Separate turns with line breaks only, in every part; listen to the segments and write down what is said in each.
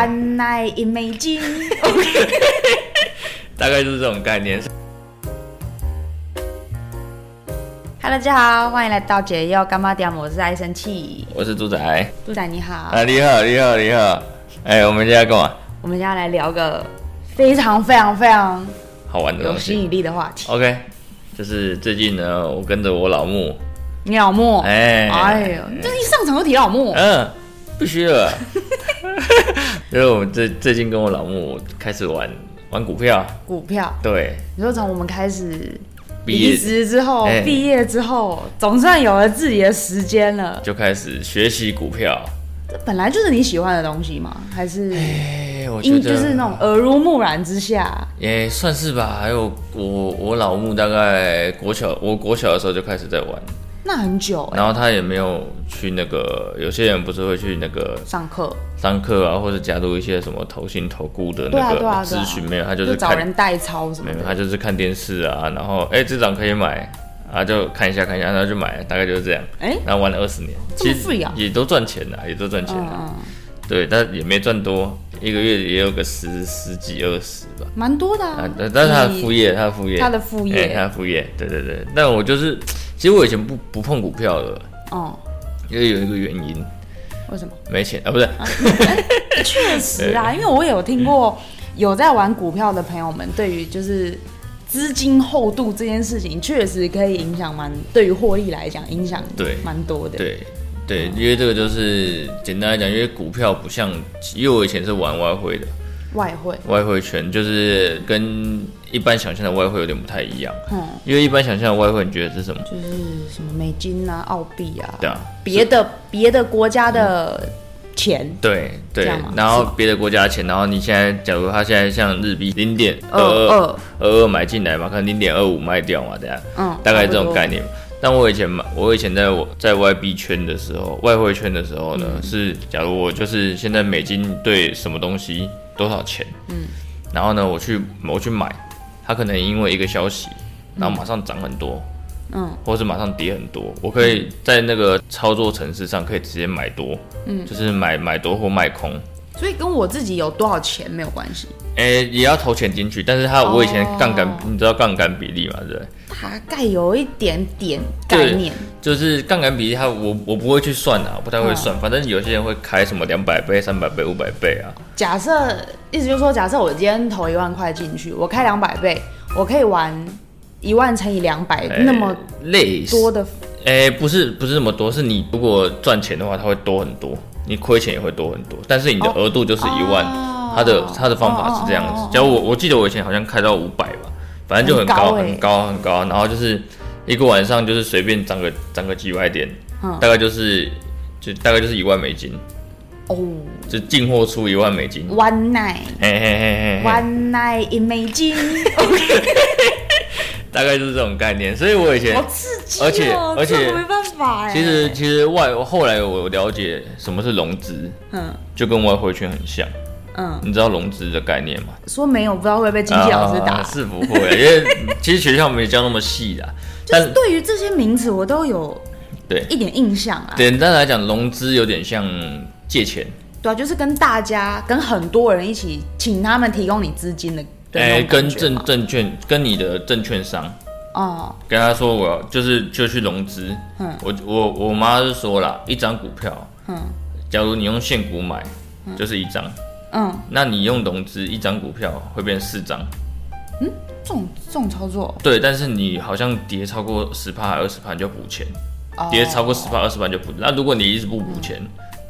安奈 i m a g
大概就是这种概念。
Hello，大家好，欢迎来到解忧干妈点，我是爱生气。
我是猪仔，啊，
杜仔你好，
你好，你好，你好。哎，我们现在干嘛？
我们现在来聊个非常非常非常
好玩的
有
东
吸
西。
引力的话题。
OK，就是最近呢，我跟着我老木，
你老莫，
哎，
哎呦，这一上场就提老莫，
嗯，必须的。 因为我们最最近跟我老木开始玩玩股票，
股票。
对，
你说从我们开始
毕业
离职之后，
哎
毕业之后，总算有了自己的时间了。
就开始学习股票。
这本来就是你喜欢的东西吗？还是
哎，我觉
因
得
就是那种耳濡目染之下？
也、算是吧。还有我我老木大概国小，我国小的时候就开始在玩，
那很久哎、
然后他也没有去那个，有些人不是会去那个
上课
上课啊，或者加入一些什么投信投顾的
对啊
那
对啊
个
对啊
咨询，没有，他
就是找
看，
人代操什
没
么
有，
的。
他就是看电视啊，然后哎、这张可以买啊，就看一下看一下，然后就买，大概就是这样，
哎、
然后玩了二十年，
这么
其
free
实
啊
也都赚钱啦，也都赚钱啦，
嗯，
对，但也没赚多，一个月也有个十十几二十吧，
蛮多的啊
啊，但但是他的副
业，
业，他的副业，
他的副
哎他
业，
的副业，对对对，但我就是，其实我以前不不碰股票的，
哦、
因为有一个原因。
为 什么？
没钱啊，不是，
确实啊，因为我有听过有在玩股票的朋友们，对于就是资金厚度这件事情，确实可以影响蛮，对于获利来讲影响
对
蛮多的。
对对，因为这个就是简单来讲，因为股票不像，因为我以前是玩外汇的，
外汇，
外汇圈就是跟一般想象的外汇有点不太一样，
嗯，
因为一般想象的外汇，你觉得是什么？
就是什么美金啊、澳币啊，
对啊，
别的别的国家
嗯
的钱，
对对
这样吗，
然后别的国家的钱，然后你现在假如他现在像日币零点
二
二
二
二二二买进来嘛，可能零点二五卖掉嘛，啊这样，
嗯，
大概这
差不
种
多
概。念。但我以前买，我以前在我在外币圈的时候，外汇圈的时候呢，
嗯
是假如我就是现在美金对什么东西多少钱，嗯，然后呢我去我去买，它可能因为一个消息，然后马上涨很多，
嗯，
或是马上跌很多，我可以在那个操作程式上可以直接买多，嗯，就是买买多或卖空，
所以跟我自己有多少钱没有关系，
诶、也要投钱进去，但是它我以前
哦
杠杆，你知道杠杆比例嘛，对不对？
大概有一点点概念。
就是杠杆比例它，我我不会去算啊，我不太会
嗯
算。反正有些人会开什么两百倍、三百倍、五百倍啊。
假设意思就是说，假设我今天投一万块进去，我开两百倍，我可以玩一万乘以两百、
哎
那么
类似
多，的
哎、不是不是那么多，是你如果赚钱的话，它会多很多，你亏钱也会多很多。但是你的额度就是一万，
哦
它的它的方法是这样子。
哦哦哦哦
假如我我记得我以前好像开到五百吧，反正就很高
很欸
很高很高，然后就是一个晚上就是随便涨个涨个几百点，
嗯
大概就是就大概就是一万美金，
哦
就进货出一万美金。
，one night。
嘿嘿嘿嘿嘿。
One night in 美 金，
大概就是这种概念。所以我以前
好刺激、哦！
而且而且
这我没办法哎。
其实，其实外后来我了解什么是融资，
嗯
就跟外汇圈很像。
嗯，
你知道融资的概念吗？
说没有，不知道会被经济老师打。
啊是不会，因为 其实学校没教那么细的。啊
就
但
是对于这些名词，我都有
对
一点印象啊。
简单来讲，融资有点像借钱，
对啊，就是跟大家、跟很多人一起，请他们提供你资金的。的那种
哎跟
感觉
证
嘛
证券跟你的证券商，
哦，
跟他说我要就是就去融资。
嗯
我我我妈就说了，一张股票，
嗯
假如你用现股买，就是一张，
嗯，
那你用融资一张股票会变四张。
这种这种操作，
对，但是你好像跌超过十趴还二十趴就补钱，
哦
跌超过十趴二十趴就补。那如果你一直不补钱，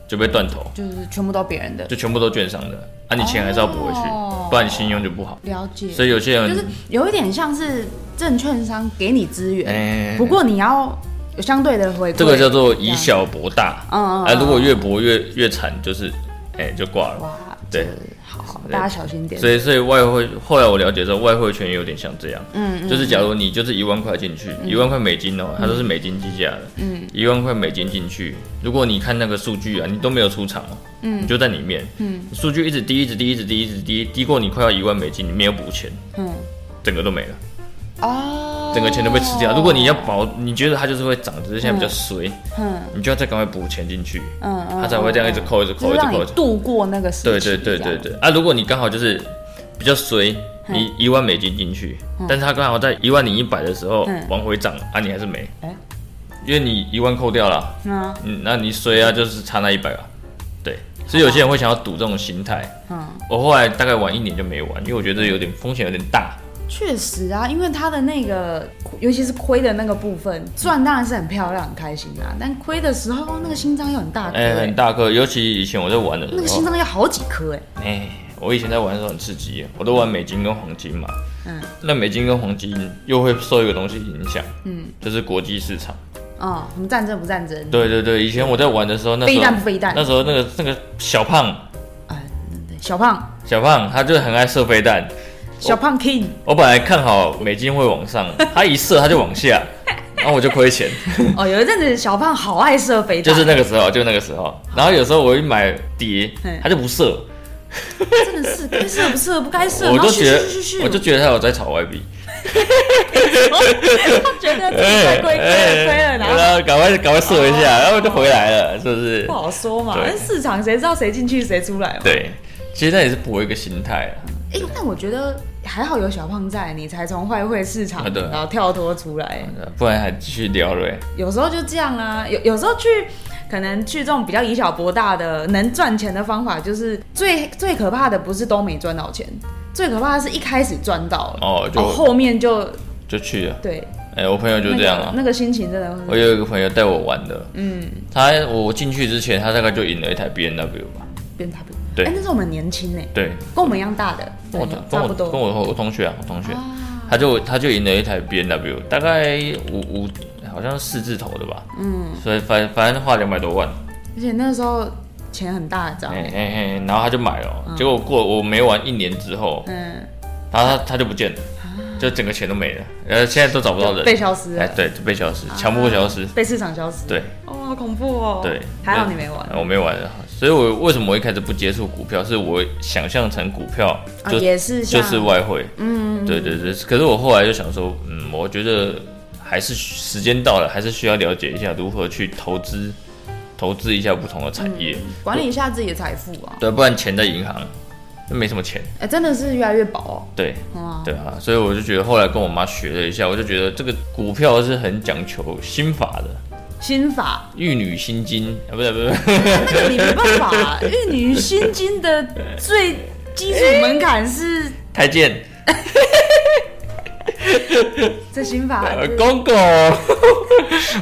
就被断头，
就是全部都别人的，
就全部都券商的，啊，你钱还是要补回去
哦，
不然你信用就不好。
了解，
所以有些人，
就是有一点像是证券商给你资源，
哎
不过你要有相对的回馈，
这个叫做以小博大，
嗯嗯
啊，如果越博越越惨，就是哎就挂了。
嗯哇，
对
这个好好，大家小心点，
所以，所以外汇后来我了解之后，外汇圈也有点像这样，
嗯
就是假如你就是一万块进去，一、万块美金哦，它都是美金计价的，嗯，一万块美金进去，如果你看那个数据啊，你都没有出场哦，嗯，你就在里面，嗯，数据一直低，一直低，一直低，一直低，低过你快要一万美金，你没有补钱，
嗯，
整个都没了，
哦，
整个钱都被吃掉。如果你要保，你觉得它就是会涨，只是现在比较衰，
嗯
你就要再赶快补钱进去，
嗯嗯，
它才会这样一直扣，一直
就
扣，
是
一直
让
扣
你。度过那个时期。
对对对对对。啊，如果你刚好就是比较衰，
嗯
你一万美金进去，但是它刚好在一万零一百的时候
嗯
往回涨，啊，你还是没
哎，
因为你一万扣掉了。
这样，
嗯，那你衰啊，就是差那一百啊。对，所以有些人会想要赌这种心态。
嗯嗯。
我后来大概玩一年就没玩，因为我觉得有点风险有点大。
确实啊，因为它的那个，尤其是亏的那个部分，赚当然是很漂亮、很开心啊，但亏的时候那个心脏又很大颗、
哎、
欸
很大颗，尤其以前我在玩的
那个
时
心
候，
脏要好几颗哎、
哎、我以前在玩的时候很刺激，我都玩美金跟黄金嘛。
嗯。
那美金跟黄金又会受一个东西影响，
嗯，
就是国际市场。
哦，什么战争不战争，
对对对，以前我在玩的时候，那
飞
时候
弹不飞弹，
那时候那个那个小胖
哎，对小胖
小胖，他就很爱射飞弹。
小胖 king，
我本来看好美金会往上， 他一射他就往下，然后我就亏钱。
哦，有一阵子小胖好爱射飞
就
弹，
是那个时候，就那个时候。然后有时候我一买碟
嗯，
他就不射，
哎真的是该射不射，不该射，
我
然后
就
去
觉得
去去去，，
我就觉得他有在炒外 币。
他 觉得自己哎快亏亏
哎
了亏了，然后哦
然后啊赶快赶快射一下，然后就回来了，是不是
不？好说嘛，
对
那市场谁知道谁进去谁出来嘛？
对，其实那也是博一个心态啊。
哎、但我觉得还好有小胖在，你才从外汇市场、
啊对啊
然后跳脱出来。
不然还继续聊了、欸。
有时候就这样啊，有有时候去可能去这种比较以小博大的能赚钱的方法，就是最最可怕的不是都没赚到钱，最可怕的是一开始赚到了，
哦就
后面就
就去了。
对
哎、我朋友就这样
那
啊
个。那个心情真的会
我有一个朋友带我玩的，嗯，他我进去之前，他大概就赢了一台 B N W 吧。
变差不多。
对
哎、那时候我们年轻呢、
对，
跟我们一样大的，
跟我
对
跟
差
我
不多。
跟我我同学啊，我同学，
啊
他就他就赢了一台 B N W，大概五五好像四字头的吧，嗯，所以反反正花两百多万，
而且那时候钱很大张、
哎哎哎，然后他就买了哦，结果过我没玩一年之后，
嗯，啊
然后他他就不见了，就整个钱都没了，然后现在都找不到
就被
人，
消失了，啊
哎对，就被消失，强迫消失，
被市场消失。
对
哦，好恐怖哦！
对嗯
还好你没玩。
我没玩了，所以我为什么我一开始不接触股票，是我想象成股票
啊，
就
也是
就
像
是外汇，嗯，对对对。可是我后来就想说，嗯，我觉得还是时间到了，还是需要了解一下如何去投资，投资一下不同的产业，
管理一下自己的财富啊，
对，不然钱在银行那没什么钱，
哎、真的是越来越薄、
对
哦。啊，
对啊。所以我就觉得后来跟我妈学了一下，我就觉得这个股票是很讲求心法的，
心法，
玉女心经啊，不是不是，
那个你没办法、玉女心经的最基础门槛是
太监，
这心 法，
呃
这
公公，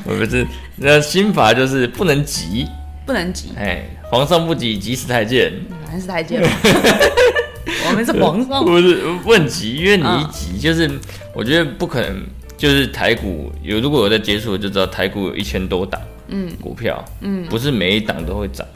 我不是，那心法就是不能急，
不能急，
哎，皇上不急，急死太监。
反正是台 阶嘛。我们是皇上，
不是问急，因为你一
嗯
急就是，我觉得不可能。就是台股有，如果有在接触，我就知道台股有一千多档，嗯，股票，嗯，不是每一档都会涨，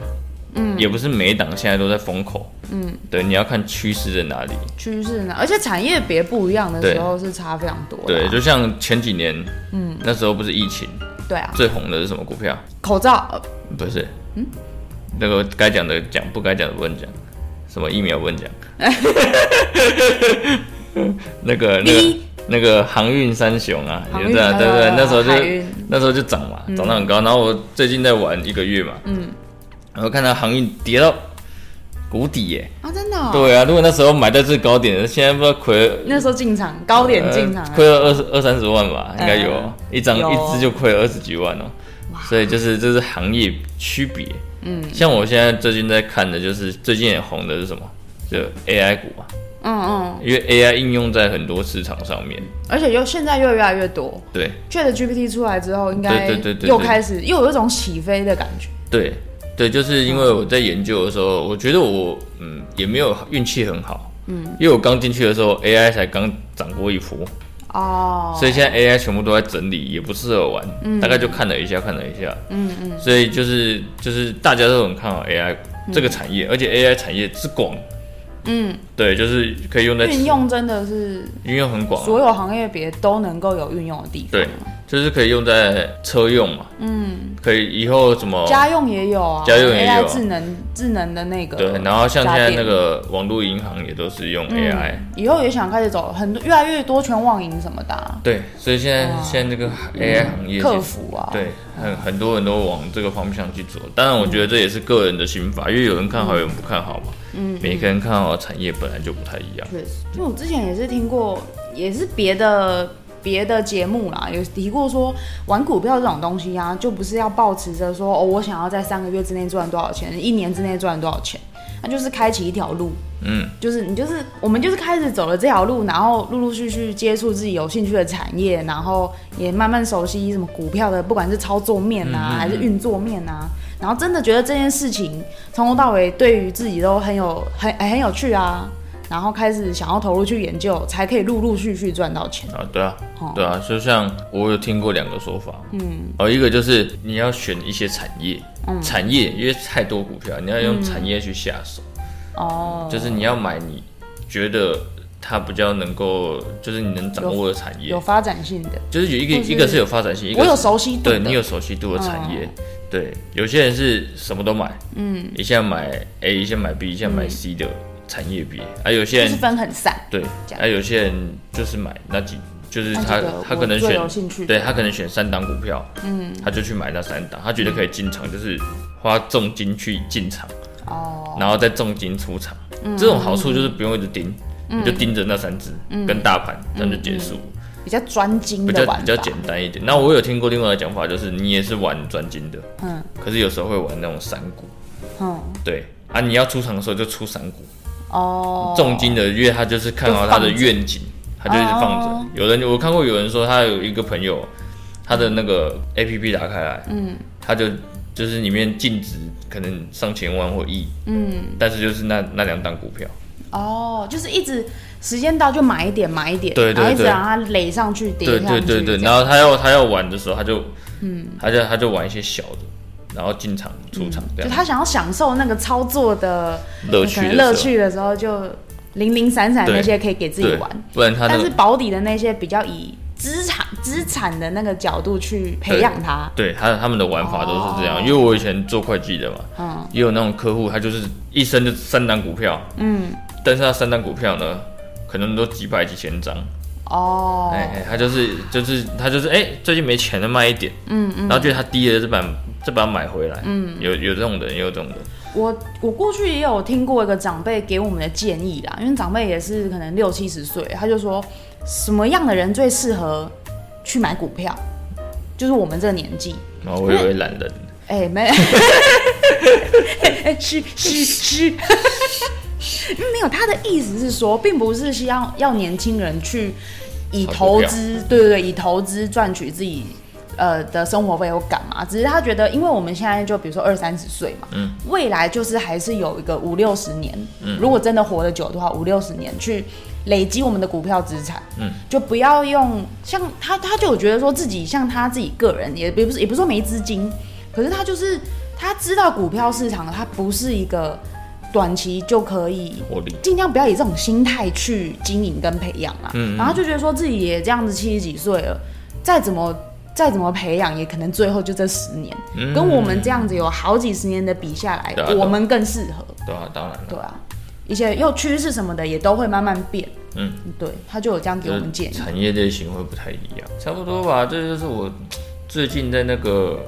嗯，也不是每一档现在都在风口，嗯，对，你要看趋势在哪里。
趋势呢？而且产业别不一样的时候是差非常多的
对，
啊。
就像前几年，嗯，那时候不是疫情
对啊，
最红的是什么股票？
口罩、呃
不是，嗯，那个该讲的讲，不该讲的不能讲，什么疫苗不 能讲，那个那个
逼
那个航运三雄啊，
航
对
运
不对
三雄
对不对
啊，
那时候就
海运嗯
那时候就涨嘛，涨到很高。然后我最近在玩一个月嘛，嗯，然后看到航运跌到谷底耶，
啊，真的哦、
对啊，如果那时候买在最高点，现在不知道亏了。
那时候进场高点进场、啊
呃亏了二十二三十万吧，应该呃有、
嗯
一张
有
一只就亏了二十几万哦、所以就是这是行业区别。嗯，像我现在最近在看的就是最近也红的是什么？就 AI 股啊，
嗯嗯，
因为 AI 应用在很多市场上面。
而且又现在又越来越多，
对
Chat GPT 出来之后，应该
对对对对对
又开始又有一种起飞的感觉。
对对，就是因为我在研究的时候，我觉得我嗯也没有运气很好。嗯，因为我刚进去的时候，AI 才刚涨过一波，
哦，嗯
所以现在 AI 全部都在整理，也不适合玩，大概就看了一下，看了一下，嗯嗯，所以就是就是大家都很看好 AI 这个产业，而且 AI 产业之广，
嗯，
对，就是可以用在
运用真的是
运用很广啊，
所有行业别都能够有运用的地方。啊
对，就是可以用在车用嘛，
嗯，
可以以后什么
家用也有啊，
哦家用也有
AI 智能智能的那个
对，然后像
家
现在
电嗯
那个网络银行也都是用 AI，、
以后也想开始走很多越来越多全网银什么的啊、
对，所以现在、
哇
现在这个 AI 行业
客
其实
服啊，
对，很很多人都往这个方向去做。当然，我觉得这也是个人的心法，因为有人看好，有人不看好嘛。嗯，每个人看好的产业本来就不太一样。
确实，因为我之前也是听过，也是别的别的节目啦，有提过说玩股票这种东西啊，就不是要抱持着说哦，我想要在三个月之内赚多少钱，一年之内赚多少钱，那就是开启一条路，
嗯，
就是你就是我们就是开始走了这条路，然后陆陆续续接触自己有兴趣的产业，然后也慢慢熟悉什么股票的，不管是操作面啊，还是运作面啊，然后真的觉得这件事情从头到尾对于自己都很有很很有趣啊，然后开始想要投入去研究，才可以陆陆续续赚到钱。
啊，对啊
哦，
对啊，就像我有听过两个说法，嗯，哦，一个就是你要选一些产业，
嗯
产业因为太多股票，你要用产业去下手，
哦，
就是你要买你觉得它比较能够，就是你能掌握的产业
有，发展性的，
就是有一个
或是
一个是有发展性，一个
我有
是
熟悉度
对
的，嗯
你有熟悉度的产业。对，有些人是什么都买，嗯，一下买 A，一下买 B，一下买 C 的产业别，啊，有
嗯
些
就是
人
分很散。
对，
这样
啊，有些人就是买那几，就是
那几
他
个
他
我
可能
最
选
有兴趣，的
对他可能选三档股票，嗯，他就去买那三档，他觉得可以进
嗯
场，就是花重金去进场，
哦，嗯
然后再重金出场，这种好处就是不用一直盯，你就盯着那三只
嗯
跟大盘，这样就结束，
比较专精
比
的
较
玩法，
比较简单一点。那我有听过另外的讲法，就是你也是玩专精的，
嗯
可是有时候会玩那种散股，
嗯
对啊，你要出场的时候就出散股，
哦，
重金的，因为他就是看好他的愿景，他就一直放
哦
着。有人我看过有人说，他有一个朋友，他的那个 A P P 打开来，嗯，他就就是里面净值可能上千万或亿，嗯，但是就是那那两档股票，
哦，就是一直时间到就买一点买一点，
对对
然后一直
对
让它垒上去叠
对
上
对
去，
对对，
这
然
样
后他要他要玩的时候，他就，嗯，他就他就玩一些小的，然后进场出场这
就
样
他想要享受那个操作的
乐
嗯可
趣
能
的时候
乐趣的时候，就零零散散
对
那些可以给自己
对
玩，，
不然他
但
那
是
个
保底的那些比较以资产资产的那个角度去培
对
养它，
对他他们的玩法都是这样，因为我以前做会计的嘛，
哦嗯
也有那种客户，他就是一生就三单股票，
嗯
但是他三单股票呢，可能都几百几千张，
哦，
哎、他就是就是他就是哎、最近没钱了卖一点，嗯嗯，然后觉得他低了这把这把买回来，嗯，有有这种人，也有这种人，
我我过去也有听过一个长辈给我们的建议啦，因为长辈也是可能六七十岁，他就说什么样的人最适合去买股票，就是我们这个年纪。
然后我以为懒人，
哎、没，哎是是是，没有，他的意思是说，并不是希望要年轻人去以
炒股
投
票
资，对对对，以投资赚取自己呃的生活费或干嘛，只是他觉得，因为我们现在就比如说二三十岁嘛，
嗯
未来就是还是有一个五六十年，如果真的活得久的话，五六十年去累积我们的股票资产，
嗯，
就不要用像他，他就有觉得说自己像他自己个人也也不是也不是说没资金，可是他就是他知道股票市场它不是一个短期就可以
获利，
尽量不要以这种心态去经营跟培养啦。
嗯嗯
然后就觉得说自己也这样子七十几岁了，再怎么再怎么培养，也可能最后就这十年，
嗯
跟我们这样子有好几十年的比下来，
对啊对啊
我们更适合，
对啊，当然了，
对啊。一些又趋势什么的也都会慢慢变，
嗯，
对，他就有这样给
就
我
是
们建议，
产业类型会不太一样，差不多吧，这就是我最近在那个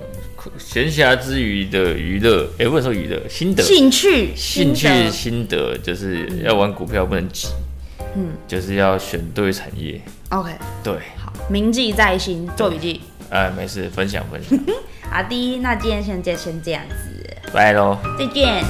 闲暇之余的娱乐，哎、不是说娱乐，心得。
兴趣，
兴
心得
趣心得就是要玩股票不能急，嗯，就是要选对产业。
，OK，
对，
好，铭记在心，做笔记。
哎，没事，分享分享，
好的，那今天先就先这样子，
拜喽。
再见。